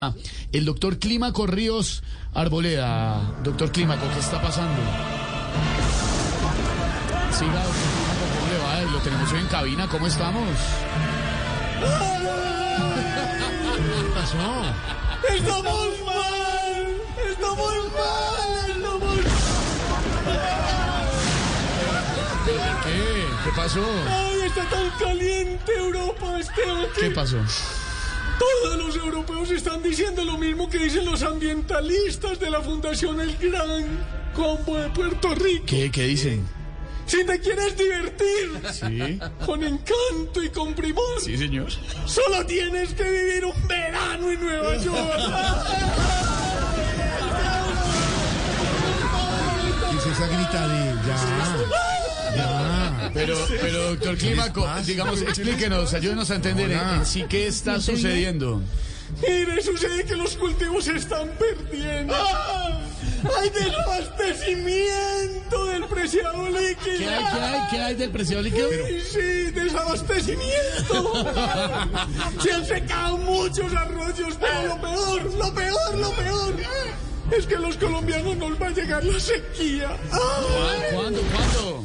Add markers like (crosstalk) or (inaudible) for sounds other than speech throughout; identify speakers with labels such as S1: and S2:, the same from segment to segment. S1: Ah, El doctor Clímaco Ríos Arboleda. Doctor Clímaco, ¿qué está pasando? Siga, doctor Clímaco, ¿cómo le va? Lo tenemos hoy en cabina, ¿cómo estamos? ¿Qué pasó?
S2: ¡Estamos mal! ¡Estamos mal! ¡Estamos
S1: ¿Qué? ¿Qué pasó?
S2: ¡Ay, está tan caliente Europa, Esteban! que
S1: ¿Qué pasó?
S2: Todos los europeos están diciendo lo mismo que dicen los ambientalistas de la Fundación El Gran Combo de Puerto Rico.
S1: ¿Qué, qué dicen?
S2: Si te quieres divertir
S1: Sí.
S2: con encanto y con primor,
S1: Sí, señor.
S2: solo tienes que vivir un verano en Nueva York.
S3: ¿Qué es esa gritaría? Ya, ya.
S1: Pero, pero doctor Clímaco,
S3: pasa?
S1: digamos, explíquenos, ayúdenos a entender en- en sí qué está sucediendo.
S2: Mire, sucede que los cultivos se están perdiendo.
S1: Ah.
S2: ¡Hay desabastecimiento del preciado líquido!
S1: ¿Qué hay, qué hay, qué hay del precio líquido?
S2: ¡Ay, sí, desabastecimiento! se han secado muchos arroyos, pero lo peor, lo peor, lo peor es que a los colombianos nos va a llegar la sequía. ¡Ay!
S1: ¿Cuándo, cuándo?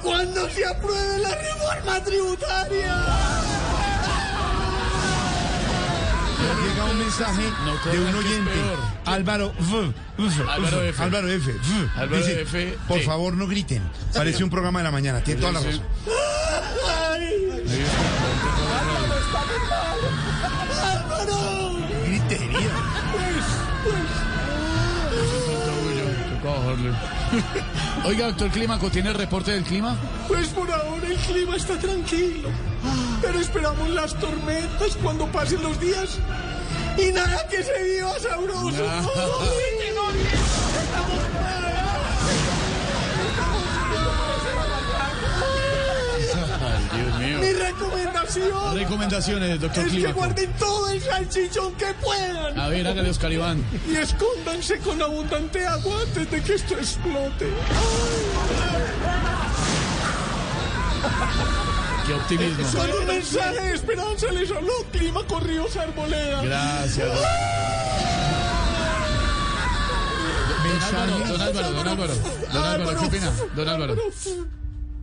S2: ¡Cuando se apruebe la reforma tributaria!
S3: Nos llega un mensaje
S1: No,
S3: de
S1: corran,
S3: un
S1: que es
S3: oyente.
S1: peor.
S3: Álvaro V. V,
S1: Álvaro F.
S3: Álvaro F. V,
S1: Álvaro F,
S3: Por
S1: sí.
S3: favor, no griten. Parece un programa de la mañana. Tiene toda la
S1: Sí.
S3: razón.
S2: ¡Ay! ¡Álvaro está muy mal! ¡Álvaro!
S3: Gritería.
S2: Pues, pues,
S1: Oiga, doctor Clímaco, ¿tiene el reporte del clima?
S2: pues por ahora el clima está tranquilo. Pero esperamos las tormentas cuando pasen los días. Y nada que se viva sabroso. Ay, que no, que estamos mal.
S1: Dios mío.
S2: (laughs) Mi recomendación
S1: Recomendaciones, doctor
S2: es que
S1: Clímaco.
S2: guarden todo el salchichón que puedan
S1: A ver, hágale Oscar Iván.
S2: y escóndanse con abundante agua antes de que esto explote.
S1: Ah, Qué optimismo.
S2: Con un mensaje de esperanza les habló Clima Corridos Arboleda.
S1: Gracias. Don Álvaro, don Álvaro, don Álvaro, don Álvaro, ¿qué opina? Don Álvaro.